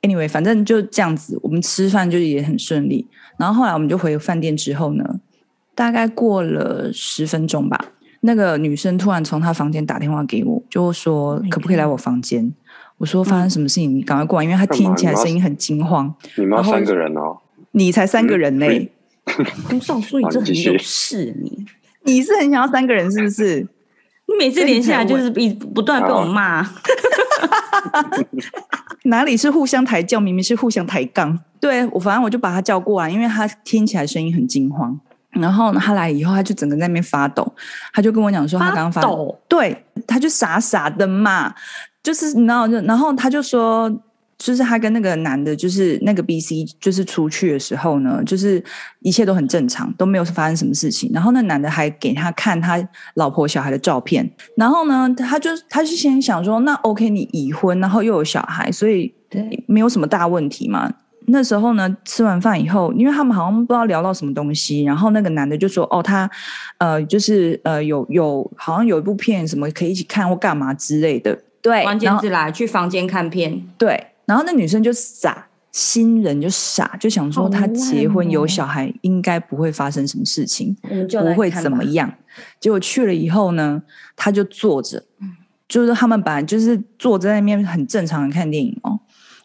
Speaker 3: ？Anyway，反正就这样子，我们吃饭就也很顺利。然后后来我们就回饭店之后呢，大概过了十分钟吧，那个女生突然从她房间打电话给我，就
Speaker 4: Oh
Speaker 3: 说
Speaker 1: my
Speaker 3: 可不可以来我房间？我说发生什么事情，你赶快过来，因为她
Speaker 4: 嗯干
Speaker 3: 听
Speaker 4: 嘛
Speaker 3: 起来
Speaker 4: 你要
Speaker 3: 声音很惊慌。
Speaker 4: 你们要
Speaker 3: 然后
Speaker 4: 三个人哦，
Speaker 3: 你才三个人呢、
Speaker 4: 嗯
Speaker 2: 洪少说你
Speaker 4: 好
Speaker 2: 这
Speaker 4: 你
Speaker 2: 很
Speaker 4: 继续
Speaker 2: 有事，你
Speaker 3: 你是很想要三个人是不是？
Speaker 2: 你每次
Speaker 3: 所以你
Speaker 2: 连下
Speaker 3: 才
Speaker 2: 来就
Speaker 3: 问
Speaker 2: 是一不断被我骂。
Speaker 3: 哦哪里是互相抬轿，明明是互相抬杠。对我，反正我就把他叫过来，因为他听起来声音很惊慌。然后呢他来以后，他就整个在那边发抖，他就跟我讲说他刚刚发
Speaker 2: 抖，
Speaker 3: 对，他就傻傻的嘛，就是你知道，就然后他就说，就是他跟那个男的，就是那个 B C，就是出去的时候呢，就是一切都很正常，都没有发生什么事情。然后那男的还给他看他老婆小孩的照片，然后呢，他就他就先想说，那 OK，你已婚，然后又有小孩，所以
Speaker 1: 对
Speaker 3: 没有什么大问题嘛。那时候呢，吃完饭以后，因为他们好像不知道聊到什么东西，然后那个男的就说：“哦，他呃，就是呃，有有好像有一部片什么可以一起看或干嘛之类的。”对，
Speaker 2: 哎关
Speaker 3: 然
Speaker 2: 键
Speaker 3: 后
Speaker 2: 字来去房间看片，
Speaker 3: 对，然后那女生就傻，新人就傻，就想说
Speaker 1: 好
Speaker 3: 她
Speaker 1: 烂
Speaker 3: 结婚有
Speaker 1: 哦
Speaker 3: 小孩，应该不会发生什么事情，
Speaker 2: 我们就
Speaker 3: 不
Speaker 2: 来
Speaker 3: 会
Speaker 2: 看
Speaker 3: 怎
Speaker 2: 吧
Speaker 3: 么样。结果去了以后呢，她就坐着，
Speaker 2: 嗯
Speaker 3: 就是他们本来就是坐在那边很正常的看电影哦，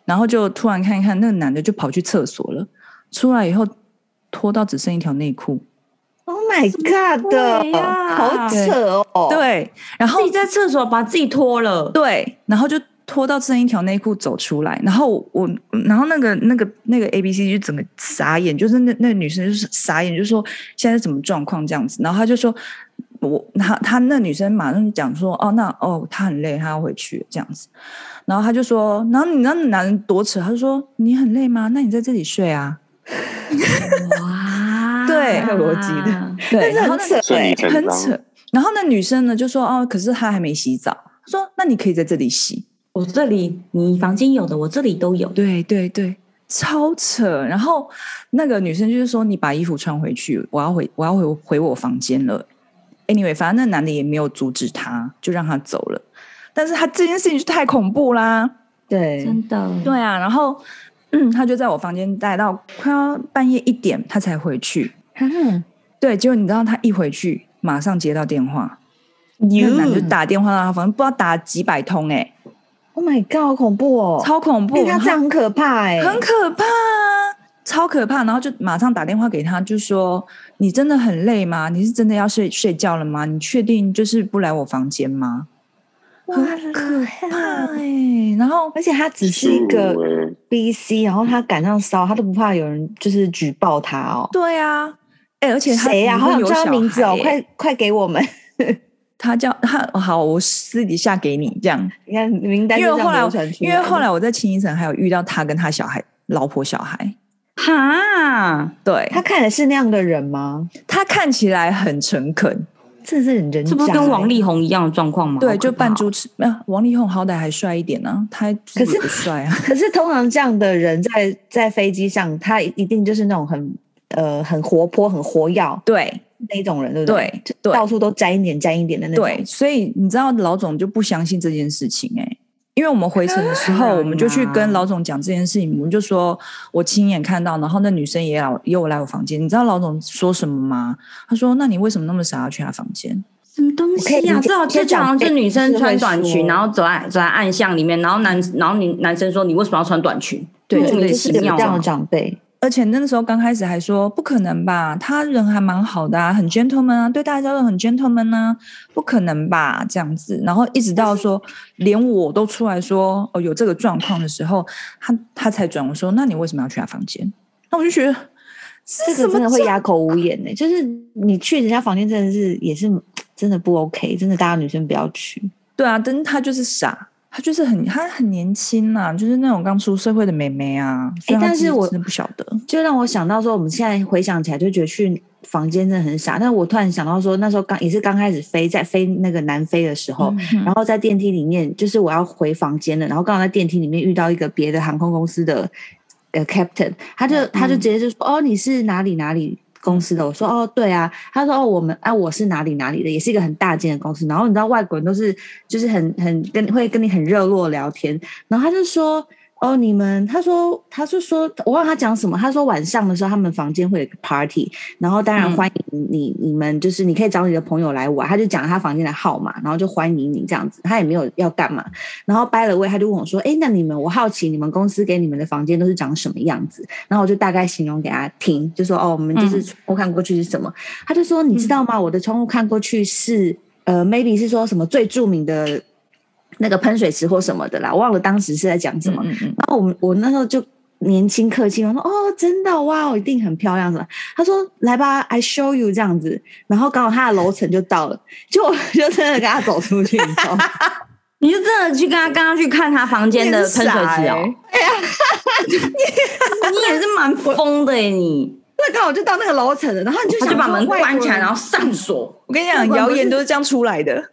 Speaker 3: 然后就突然看一看，那个男的就跑去厕所了，出来以后脱到只剩一条内裤，
Speaker 1: Oh my God！、
Speaker 2: 鬼呀
Speaker 1: 好扯哦。，
Speaker 3: 对，然后
Speaker 2: 自己在厕所把自己脱 了，
Speaker 3: 对，然后就脱到剩一条内裤走出来，然后我，然后那个那个那个 A B C 就整个傻眼，就是那那个女生就是傻眼，就说现在是怎么状况这样子，然后她就说。我她她那女生马上讲说哦那哦她很累她要回去这样子，然后她就说，然后你知道那男人多扯，他就说你很累吗？那你在这里睡啊，
Speaker 2: 哇，
Speaker 3: 对太逻辑了 对，
Speaker 1: 但是
Speaker 3: 然
Speaker 1: 很
Speaker 3: 后那
Speaker 1: 扯
Speaker 4: 顺理
Speaker 1: 哎、
Speaker 4: 成
Speaker 3: 很
Speaker 4: 章。
Speaker 3: 扯，然后那女生呢就说哦可是她还没洗澡，她说那你可以在这里洗，
Speaker 2: 我这里你房间有的，我这里都有。
Speaker 3: 对对对，超扯。然后那个女生就是说：“你把衣服穿回去，我要回，我要回回我房间了。” Anyway，反正那男的也没有阻止她，就让她走了。但是他这件事情就太恐怖啦，
Speaker 1: 对，
Speaker 2: 真的，
Speaker 3: 对啊。然后，嗯，他就在我房间待到快要半夜一点，他才回去。
Speaker 1: 哈
Speaker 3: 对，结果你知道，他一回去马上接到电话，那个男
Speaker 1: 嗯
Speaker 3: 的就打电话到他房间，不知道打几百通、欸，
Speaker 1: ，Oh my God，好恐怖哦！
Speaker 3: 哎，超恐怖。
Speaker 1: 因为他
Speaker 3: 然后
Speaker 1: 这样很可怕哎、
Speaker 3: 很可怕啊，超可怕。然后就马上打电话给他，就说：“你真的很累吗？你是真的要睡睡觉了吗？你确定就是不来我房间吗？”很可怕哎、然后
Speaker 1: 而且他只是一个
Speaker 4: 是欸
Speaker 1: B C，然后他赶上骚，他都不怕有人就是举报他哦。
Speaker 3: 对啊，哎、而且他
Speaker 1: 谁呀、
Speaker 3: 已
Speaker 1: 好想
Speaker 3: 经有
Speaker 1: 知道
Speaker 3: 小
Speaker 1: 名字哦
Speaker 3: 孩，欸
Speaker 1: 快快给我们！
Speaker 3: 他叫他好，我私底下给你 这样。
Speaker 1: 你看名单
Speaker 3: 因
Speaker 1: 就
Speaker 3: 为
Speaker 1: 这样
Speaker 3: 后来
Speaker 1: 流嗯传出
Speaker 3: 因为后来我在清一城还有遇到他跟他小孩老婆小孩，
Speaker 2: 哈，
Speaker 3: 对
Speaker 1: 他看的是那样的人吗？
Speaker 3: 他看起来很诚恳，
Speaker 1: 这是人渣，欸
Speaker 2: 这不是跟王力宏一样的状况吗？好
Speaker 3: 对，
Speaker 2: 可
Speaker 3: 就扮
Speaker 2: 怕哦
Speaker 3: 猪吃。没有王力宏好歹还帅一点呢、他
Speaker 1: 哦可是
Speaker 3: 不帅啊。
Speaker 1: 可是通常这样的人在在飞机上，他一定就是那种很呃很活泼、很活跃
Speaker 3: 对
Speaker 1: 那一种人，对不
Speaker 3: 对
Speaker 1: 就
Speaker 3: 对
Speaker 1: 到处都沾一点、沾一点的那种。
Speaker 3: 对，所以你知道老总就不相信这件事情哎、因为我们回程的时
Speaker 2: 当
Speaker 3: 候，
Speaker 2: 然啊
Speaker 3: 我们就去
Speaker 2: 啦
Speaker 3: 跟老总讲这件事情，我们就说我亲眼看到，然后那女生也来我也有来我房间，你知道老总说什么吗？他说：“那你为什么那么傻要去他房间
Speaker 2: 什么东西
Speaker 1: 我可以理
Speaker 2: 呀、
Speaker 1: 解
Speaker 2: 这好
Speaker 1: 有些
Speaker 2: 这就好像
Speaker 1: 长
Speaker 2: 是
Speaker 1: 辈
Speaker 2: 女生穿短
Speaker 1: 是会
Speaker 2: 裙，
Speaker 1: 说
Speaker 2: 然后走在走在暗巷里面，然后男然后你男生说你为什么要穿短裙？
Speaker 3: 对
Speaker 2: 莫
Speaker 1: 就
Speaker 2: 名
Speaker 1: 是
Speaker 2: 其
Speaker 1: 有
Speaker 2: 妙
Speaker 1: 这样
Speaker 2: 啊
Speaker 1: 的。长辈，？”
Speaker 3: 而且那个时候刚开始还说不可能吧，他人还蛮好的、啊，很 gentleman 啊，对大家都很 gentleman 呢、不可能吧这样子。然后一直到说连我都出来说哦有这个状况的时候，他他才转我说那你为什么要去他房间？那我就觉得
Speaker 1: 这
Speaker 3: 这
Speaker 1: 个真的会哑口无言呢、就是你去人家房间，真的是也是真的不 OK，真的大家女生不要去。
Speaker 3: 对啊，但是他就是傻，他就是很他很年轻呐、就是那种刚出社会的妹妹啊。所以他
Speaker 1: 但是
Speaker 3: 自己
Speaker 1: 我
Speaker 3: 真的不晓得，
Speaker 1: 就让我想到说，我们现在回想起来就觉得去房间真的很傻。但我突然想到说，那时候刚也是刚开始飞，在飞那个南非的时候，
Speaker 3: 嗯
Speaker 1: 然后在电梯里面，就是我要回房间了，然后刚好在电梯里面遇到一个别的航空公司的呃 captain，他就他就直接就说、哦你是哪里哪里公司的？我说哦对啊，他说哦我们啊我是哪里哪里的，也是一个很大间的公司。然后你知道外国人都是就是很很跟会跟你很热络聊天，然后他就说。哦，你们，他说，他是说，我忘了他讲什么。他说晚上的时候，他们房间会有一个 party，然后当然
Speaker 3: 嗯
Speaker 1: 欢迎你，你们就是你可以找你的朋友来玩，他就讲他房间的号码，然后就欢迎你这样子，他也没有要干嘛。然后掰了位，他就问我说：“哎，那你们，我好奇你们公司给你们的房间都是长什么样子？”然后我就大概形容给他听，就说：“哦，我们就是窗户看过去是什么？”他就说：“你
Speaker 2: 嗯
Speaker 1: 知道吗？我的窗户看过去是呃，maybe 是说什么最著名的那个喷水池或什么的啦，我忘了当时是在讲什么。”
Speaker 3: 嗯嗯
Speaker 1: 然后我们我那时候就年轻客气，我说哦，真的哇，我一定很漂亮什么？他说来吧，I show you 这样子。然后刚好他的楼层就到了，就 我就真的跟他走出去，你知道吗？
Speaker 2: 你就真的去跟他刚刚去看他房间的喷水池哦、
Speaker 1: 欸
Speaker 2: 你也是蛮疯的哎、你
Speaker 1: 那刚好就到那个楼层了，然后你就
Speaker 2: 他
Speaker 1: 想
Speaker 2: 哦就把
Speaker 1: 说
Speaker 2: 门
Speaker 1: 外国
Speaker 2: 关起来，
Speaker 1: 人
Speaker 2: 然后上锁。
Speaker 3: 我跟你讲，
Speaker 1: 不管
Speaker 3: 谣
Speaker 1: 不
Speaker 3: 言
Speaker 1: 是
Speaker 3: 都是这样出来的。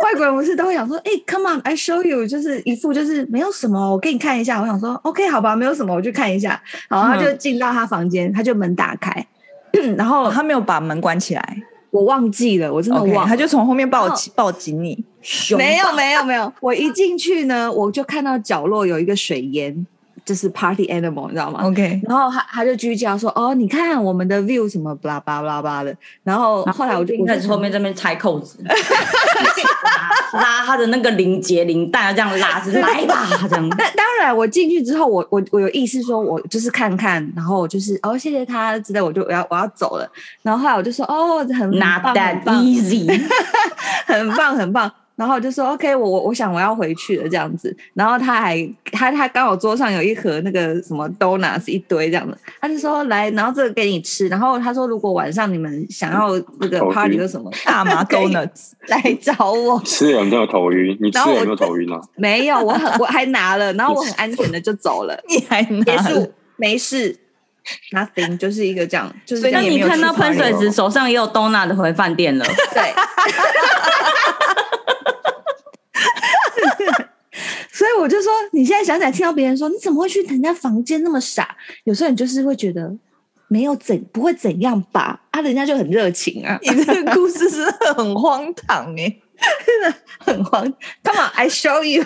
Speaker 1: 外国人不是都会想说，哎、c o m e on，I show you，就是一副就是没有什么，我给你看一下。我想说，OK，好吧，没有什么，我去看一下。然后他
Speaker 3: 嗯
Speaker 1: 就进到他房间，他就门打开， 然后
Speaker 3: 哦，他没有把门关起来
Speaker 1: 我忘记了，我真的
Speaker 3: ，OK，
Speaker 1: 忘了
Speaker 3: 他就从后面抱
Speaker 1: 然后
Speaker 3: 起抱紧你，
Speaker 2: 熊
Speaker 1: 没 有没有没有，我一进去呢，我就看到角落有一个水淹，就是 party animal，你知道吗？
Speaker 3: OK，
Speaker 1: 然后他他就居叫说：“哦，你看我们的 view 什么 blah blah blah blah 的。”然后后来我就我
Speaker 2: 开
Speaker 1: 就
Speaker 2: 始后面这边拆扣子，拉拉他的那个领结领带，啊要这样拉，是来吧，这样。
Speaker 1: 但当然，我进去之后，我我我有意思说，我就是看看，然后我就是哦，谢谢他之类，我就我要我要走了。然后后来我就说哦，很很
Speaker 2: Not
Speaker 1: 棒
Speaker 2: that
Speaker 1: 很棒
Speaker 2: easy，
Speaker 1: 很棒很棒。然后我就说 OK，我我我想我要回去了这样子。然后他还他他刚好桌上有一盒那个什么 donuts 一堆这样子，他就说来，然后这个给你吃。然后他说如果晚上你们想要那个
Speaker 4: 头晕
Speaker 1: party 或什么，
Speaker 3: 大 麻
Speaker 1: 可以
Speaker 3: donuts，
Speaker 1: 来找我。
Speaker 4: 吃了有没有头晕？你吃
Speaker 1: 然后
Speaker 4: 了
Speaker 1: 我
Speaker 4: 有没有头晕啊？
Speaker 1: 没有，我很我还拿了，然后我很安全的就走了，
Speaker 3: 你还
Speaker 1: 结
Speaker 3: 拿 了
Speaker 1: 束没事，nothing，就是一个这样，就是
Speaker 3: 所
Speaker 1: 这
Speaker 3: 以
Speaker 2: 那
Speaker 1: 样。
Speaker 2: 你看到 喷水
Speaker 4: 池
Speaker 2: 池手上也有 donut 的回饭 店了，
Speaker 1: 对。 所以我就说，你现在想起来听到别人说你怎么会去人家房间那么傻？有时候你就是会觉得没有怎不会怎样吧？啊，人家就很热情啊，
Speaker 3: 你这个故事是很荒唐哎、
Speaker 1: 很慌。Come on，I show you，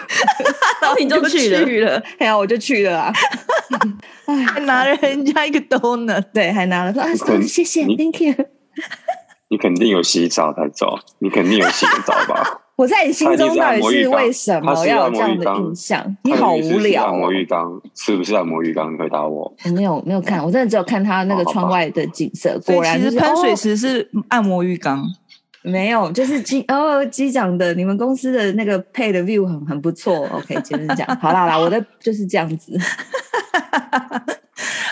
Speaker 2: 然后你就去了。
Speaker 1: 了，哎呀，我就去了啊。 哎
Speaker 3: 还拿了人家一个 donut，
Speaker 1: 对，还拿了说啊，谢谢
Speaker 4: 你
Speaker 1: ，Thank you。
Speaker 4: 你肯定有洗澡才走，你肯定有洗个澡吧？
Speaker 1: 我在你心中到底是为什么要有这样的印象？ 你好无聊、
Speaker 4: 按摩
Speaker 1: 哦！
Speaker 4: 浴缸是不是按摩浴缸？你回答我。
Speaker 1: 我没有没有看，我真的只有看他那个
Speaker 4: 哦好吧
Speaker 1: 窗外的景色。果然、就
Speaker 3: 所
Speaker 1: 是
Speaker 3: 以其实喷水
Speaker 1: 哦
Speaker 3: 池是按摩浴缸，
Speaker 1: 没有，就是机哦，机长的你们公司的那个配的 view 很很不错。OK，就是这样。好啦好啦，我的就是这样 子。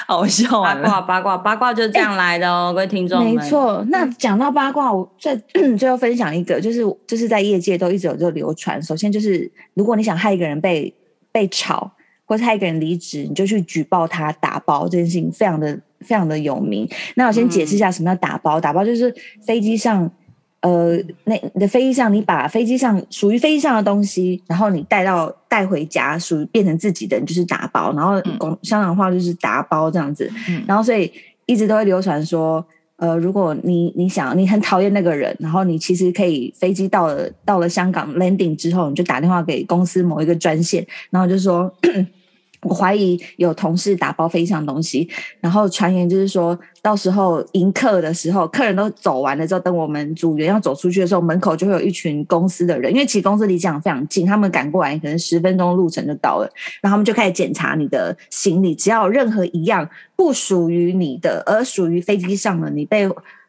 Speaker 3: 好笑
Speaker 2: 八
Speaker 3: 啊完了。
Speaker 2: 卦八卦八卦就是这样来的哦，各位听众们。
Speaker 1: 没错。那
Speaker 3: 嗯
Speaker 1: 讲到八卦，我最 最后分享一个，就是就是在业界都一直有这个流传。首先就是，如果你想害一个人被被炒，或是害一个人离职，你就去举报他打包这件事情，非常的非常的有名。那我先解
Speaker 3: 嗯
Speaker 1: 释一下什么叫打包。打包就是飞机上。呃，那你的飞机上，你把飞机上属于飞机上的东西，然后你带到带回家，属于变成自己的，你就是打包。然后
Speaker 3: 嗯
Speaker 1: 广香港话就是打包这样子。
Speaker 3: 嗯
Speaker 1: 然后所以一直都会流传说，呃，如果你你想你很讨厌那个人，然后你其实可以飞机到了到了香港 landing 之后，你就打电话给公司某一个专线，然后就说。我怀疑有同事打包飞机上的东西，然后传言就是说到时候迎客的时候，客人都走完了之后，等我们组员要走出去的时候，门口就会有一群公司的人，因为其实公司离机场非常近，他们赶过来可能十分钟路程就到了，然后他们就开始检查你的行李，只要有任何一样不属于你的，而属于飞机上的，你被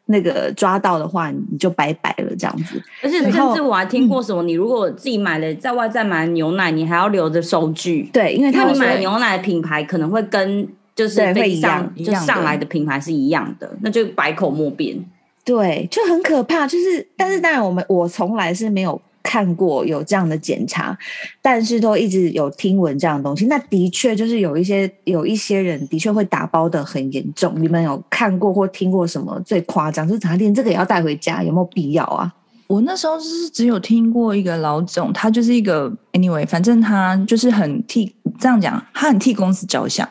Speaker 1: 那个抓到的话，你就拜拜了这样子。
Speaker 2: 而且
Speaker 1: 然
Speaker 2: 甚
Speaker 1: 后
Speaker 2: 至我还听过什么，你如果自己买了在外站买牛奶，你还要留着收据。
Speaker 1: 对，因为
Speaker 2: 那
Speaker 1: 他
Speaker 2: 你
Speaker 1: 们
Speaker 2: 买的牛奶的品牌可能会跟就是
Speaker 1: 对
Speaker 2: 被
Speaker 1: 会一
Speaker 2: 上
Speaker 1: 样
Speaker 2: 就
Speaker 3: 一样的
Speaker 2: 上来的品牌是一样的，那就百口莫辩。
Speaker 1: 对，就很可怕。就是，但
Speaker 3: 嗯
Speaker 1: 是当然，我们我从来是没有看过有这样的检查，但是都一直有听闻这样的东西。那的确就是有一些有一些人的确会打包的很严重。你们有看过或听过什么最夸张？就是茶店这个也要带回家，有没有必要啊？
Speaker 3: 我那时候是只有听过一个老总，他就是一个 anyway，反正他就是很替这样讲，他很替公司着想，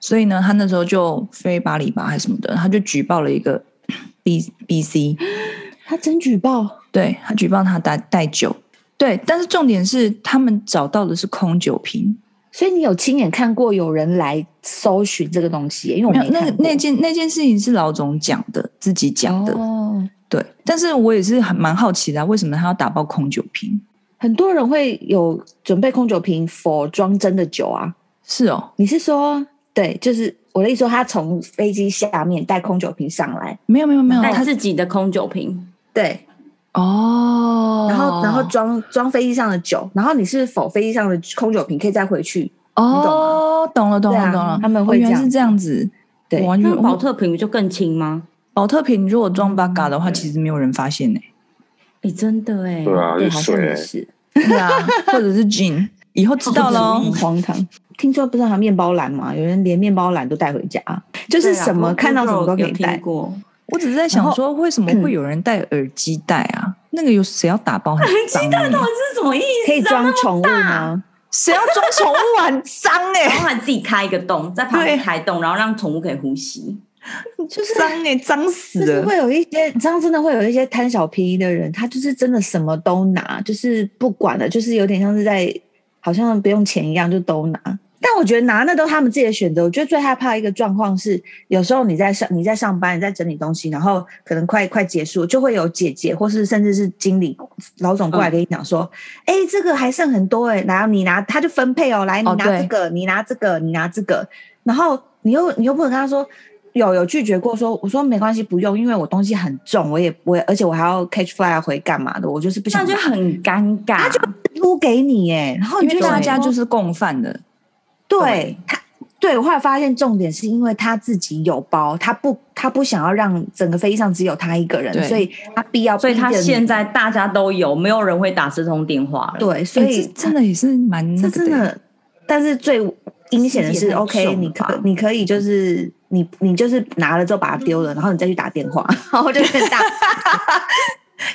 Speaker 3: 所以呢，他那时候就飞巴黎吧还是什么的，他就举报了一个 B B C，
Speaker 1: 他真举报，
Speaker 3: 对他举报他带带酒，对，但是重点是他们找到的是空酒瓶，
Speaker 1: 所以你有亲眼看过有人来搜寻这个东西耶？因为我
Speaker 3: 没
Speaker 1: 没
Speaker 3: 有那
Speaker 1: 看
Speaker 3: 个
Speaker 1: 过
Speaker 3: 那件那件事情是老总讲的，自己讲的，
Speaker 1: 哦
Speaker 3: 对，但是我也是很蛮好奇的啊、为什么他要打包空酒瓶？
Speaker 1: 很多人会有准备空酒瓶 for 装真的酒啊。
Speaker 3: 是哦，
Speaker 1: 你是说，对，就是我的意思说，他从飞机下面带空酒瓶上来，
Speaker 3: 没有没有没有，
Speaker 2: 带
Speaker 3: 他
Speaker 2: 自己的空酒瓶，
Speaker 1: 对，
Speaker 3: 哦，
Speaker 1: 然后、然后装装飞机上的酒，然后你是否飞机上的空酒瓶可以再回去？
Speaker 3: 哦，懂了懂
Speaker 1: 对
Speaker 3: 了
Speaker 1: 啊
Speaker 3: 懂了，
Speaker 1: 他们
Speaker 3: 哦
Speaker 1: 会
Speaker 3: 原
Speaker 1: 这
Speaker 3: 来
Speaker 1: 样
Speaker 3: 是这样子，
Speaker 1: 对
Speaker 3: 我完全
Speaker 2: 那保
Speaker 3: 我
Speaker 2: 特瓶不就更轻吗？
Speaker 3: 保特瓶如果装八嘎
Speaker 1: 嗯
Speaker 3: 的话，其实没有人发现 呢、
Speaker 2: 哎，真的哎，
Speaker 4: 对啊，
Speaker 1: 对，
Speaker 4: 是
Speaker 1: 好像
Speaker 4: 水、
Speaker 1: 也
Speaker 4: 欸。
Speaker 1: 是，
Speaker 3: 对啊，或者是 gin，以后知道喽
Speaker 1: 很。荒唐。听说不是还有面包篮嘛？有人连面包篮都带回家，就
Speaker 2: 就是
Speaker 1: 什么看到什么都可以带。
Speaker 2: 过。
Speaker 3: 嗯我只是在想说，为什么会有人戴耳机戴啊？那个有谁要打包很脏
Speaker 2: 鸡
Speaker 3: 欸？
Speaker 2: 蛋到底是什么意思？
Speaker 1: 可以装宠物吗？
Speaker 3: 谁要装宠物啊很脏哎、
Speaker 2: 然后还自己开一个洞，在旁边
Speaker 3: 对
Speaker 2: 开洞，然后让宠物可以呼吸。
Speaker 3: 就是脏哎、脏死
Speaker 1: 就是
Speaker 3: 了。
Speaker 1: 会有一些，这样真的会有一些贪小便宜的人，他就是真的什么都拿，就是不管了，就是有点像是在好像不用钱一样就都拿。但我觉得拿那都是他们自己的选择。我觉得最害怕一个状况是，有时候你在上你在上班，你在整理东西，然后可能快快结束，就会有姐姐或是甚至是经理老总
Speaker 3: 嗯
Speaker 1: 过来跟你讲说：“哎、这个还剩很多哎、然后你拿他就分配哦，来你
Speaker 3: 哦
Speaker 1: 拿
Speaker 3: 对
Speaker 1: 这个，你拿这个，你拿这个。”然后你又你又不能跟他说有有拒绝过说，我说没关系不用，因为我东西很重，我也我也而且我还要 catch fly 回干嘛的，我就是不
Speaker 2: 这
Speaker 1: 想
Speaker 2: 样就很尴尬。
Speaker 1: 他就租给你哎，然后你
Speaker 3: 因
Speaker 1: 就
Speaker 3: 为
Speaker 1: 想
Speaker 3: 大家
Speaker 1: 说
Speaker 3: 就是共犯的，
Speaker 1: 对他。对，我后来发现重点是因为他自己有包，他不他不想要让整个飞机上只有他一个人
Speaker 3: 对，
Speaker 1: 所以他必要
Speaker 2: 所以他
Speaker 1: 逼着你
Speaker 2: 现在大家都有，没有人会打这通电话了。，
Speaker 1: 对，所
Speaker 3: 所
Speaker 1: 以啊
Speaker 3: 以、真的也是蛮嗯那
Speaker 1: 这真
Speaker 3: 个的欸
Speaker 1: 的，但是最阴险的
Speaker 3: 心机
Speaker 1: 是
Speaker 3: 也太
Speaker 1: ，OK，
Speaker 3: 重
Speaker 1: 你
Speaker 3: 了吧
Speaker 1: 可你可以就是你你就是拿了之后把它丢了，然后你再去打电话， 然后就更 大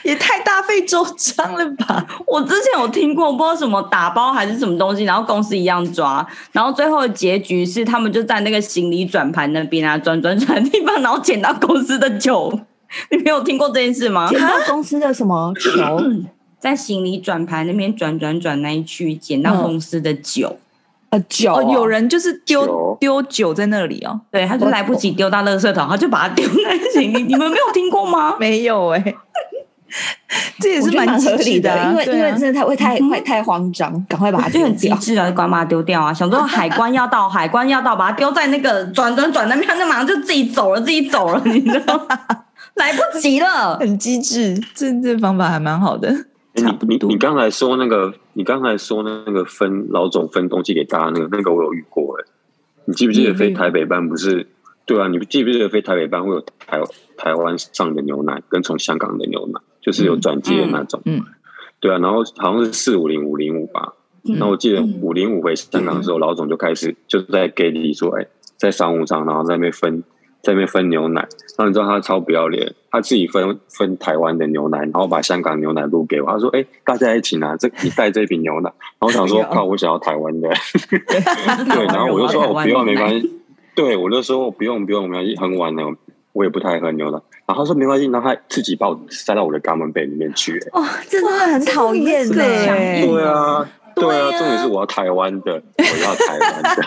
Speaker 3: 也太大费周章了吧？
Speaker 2: 我之前有听过，不知道什么打包还是什么东西，然后公司一样抓，然后最后的结局是他们就在那个行李转盘那边啊，转转转的地方，然后捡到公司的酒。你没有听过这件事吗？
Speaker 1: 捡到公司的什么球，
Speaker 2: 在行李转盘那边转转转那一区捡
Speaker 1: 嗯
Speaker 2: 到公司的酒，
Speaker 1: 呃酒、
Speaker 3: 哦，有人就是丢
Speaker 4: 酒
Speaker 3: 丢酒在那里哦，
Speaker 2: 对，他就来不及丢到垃圾桶，他就把它丢在行李。你们没有听过吗？
Speaker 3: 没有哎、这也
Speaker 1: 也
Speaker 3: 是
Speaker 1: 是蛮
Speaker 3: 机
Speaker 1: 合
Speaker 3: 智
Speaker 1: 理
Speaker 3: 的啊、
Speaker 1: 因为因
Speaker 3: 对啊
Speaker 1: 为真的嗯太会太会太慌张，赶快把它
Speaker 2: 就
Speaker 1: 丢
Speaker 2: 很机
Speaker 1: 掉。
Speaker 2: 智啊，就赶快把它丢掉啊！想 说海关要到，海关要到，把它丢在那个转转转那边，那马上就自己走了，自己走了，你知道吗？ 来不及了。
Speaker 3: 很机智，这这方法还蛮好的。
Speaker 4: 诶
Speaker 3: 差不
Speaker 4: 哎你你
Speaker 3: 多
Speaker 4: 你刚才说那个，你刚才说那个分老总分东西给大家那个，那个我有遇过哎、你记不记
Speaker 3: 你
Speaker 4: 得
Speaker 3: 有
Speaker 4: 飞
Speaker 3: 遇
Speaker 4: 台北班不是？对啊，你记不记得飞台北班会有台台湾上的牛奶跟从香港的牛奶，就是有
Speaker 3: 嗯
Speaker 4: 转机的那种。
Speaker 3: 嗯
Speaker 4: 对啊，然后好像是四五零五零五吧。
Speaker 2: 嗯
Speaker 4: 然后我记得五零五回香港的时候，老总就开始就在给你说，哎，在商务舱，然后在那边分在那边分牛奶。然后你知道他超不要脸，他自己分分台湾的牛奶，然后把香港牛奶都给我。他说，哎，大家一起拿这你带这瓶牛奶。然后 我想说，
Speaker 3: 哎呦
Speaker 4: 靠，我想要台湾的。
Speaker 2: 对
Speaker 4: 对，然后我就 说哦我不用，没关系。 对，我就说我不用，不用，没关系，很晚了，我也不太喝牛奶。然后他说没关系，然后他自己把我塞到我的肛门杯里面去、欸
Speaker 1: 哇，这真的很讨厌
Speaker 3: 这真的是很
Speaker 1: 哎
Speaker 3: 强硬。
Speaker 4: 对啊，
Speaker 3: 对
Speaker 4: 对
Speaker 3: 啊
Speaker 4: 啊，重点是我要台湾的，我要台 湾的。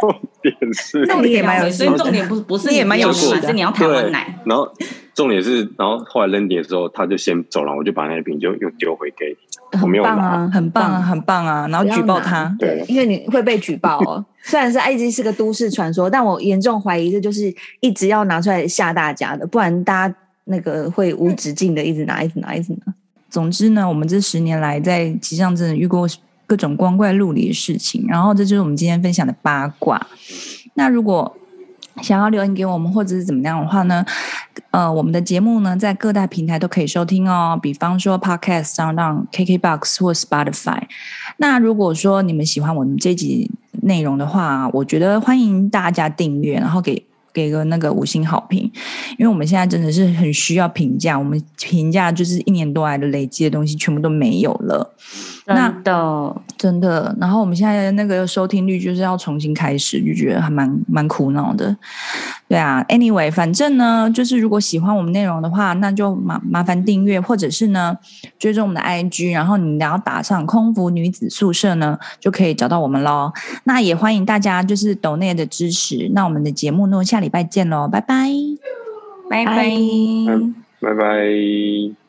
Speaker 4: 重点是，
Speaker 1: 那
Speaker 2: 重
Speaker 1: 你
Speaker 2: 点
Speaker 1: 也蛮有
Speaker 2: 所以重点不不是
Speaker 3: 你也蛮有
Speaker 2: 不要
Speaker 3: 趣
Speaker 2: 奶
Speaker 3: 的
Speaker 2: 是你要台湾
Speaker 4: 对
Speaker 2: 奶。，
Speaker 4: 然后重点是，然后后来扔碟的时候，他就先走了，我就把那一瓶就又丢回给
Speaker 1: 很
Speaker 4: 我没有
Speaker 1: 棒
Speaker 4: 拿。
Speaker 1: 啊，
Speaker 3: 很棒啊，很棒啊！然后举报
Speaker 1: 不要
Speaker 3: 他，
Speaker 4: 对，
Speaker 1: 因为你会被举报哦。虽然是埃及是个都市传说，但我严重怀疑这就是一直要拿出来吓大家的，不然大家那个会无止境的一直拿，一直拿，一直拿。
Speaker 3: 总之呢，我们这十年来在吉祥真的遇过各种光怪陆离的事情，然后这就是我们今天分享的八卦。那如果想要留言给我们或者是怎么样的话呢？呃，我们的节目呢在各大平台都可以收听哦，比方说 Podcast、上 o KKBox 或 Spotify。那如果说你们喜欢我们这集内容的话，我觉得欢迎大家订阅，然后给给个那个五星好评。因为我们现在真的是很需要评价，我们评价就是一年多来的累积的东西全部都没有了，那
Speaker 2: 真的，
Speaker 3: 真的。然后我们现在的那个收听率就是要重新开始，就觉得还蛮蛮苦恼的。对啊，anyway，反正呢，就是如果喜欢我们内容的话，那就麻麻烦订阅，或者是呢追踪我们的 IG，然后你只要打上“空服女子宿舍”呢，就可以找到我们喽。那也欢迎大家就是抖内的支持。那我们的节目呢，下礼拜见喽，拜拜。
Speaker 2: 拜拜。
Speaker 4: 嗯拜拜。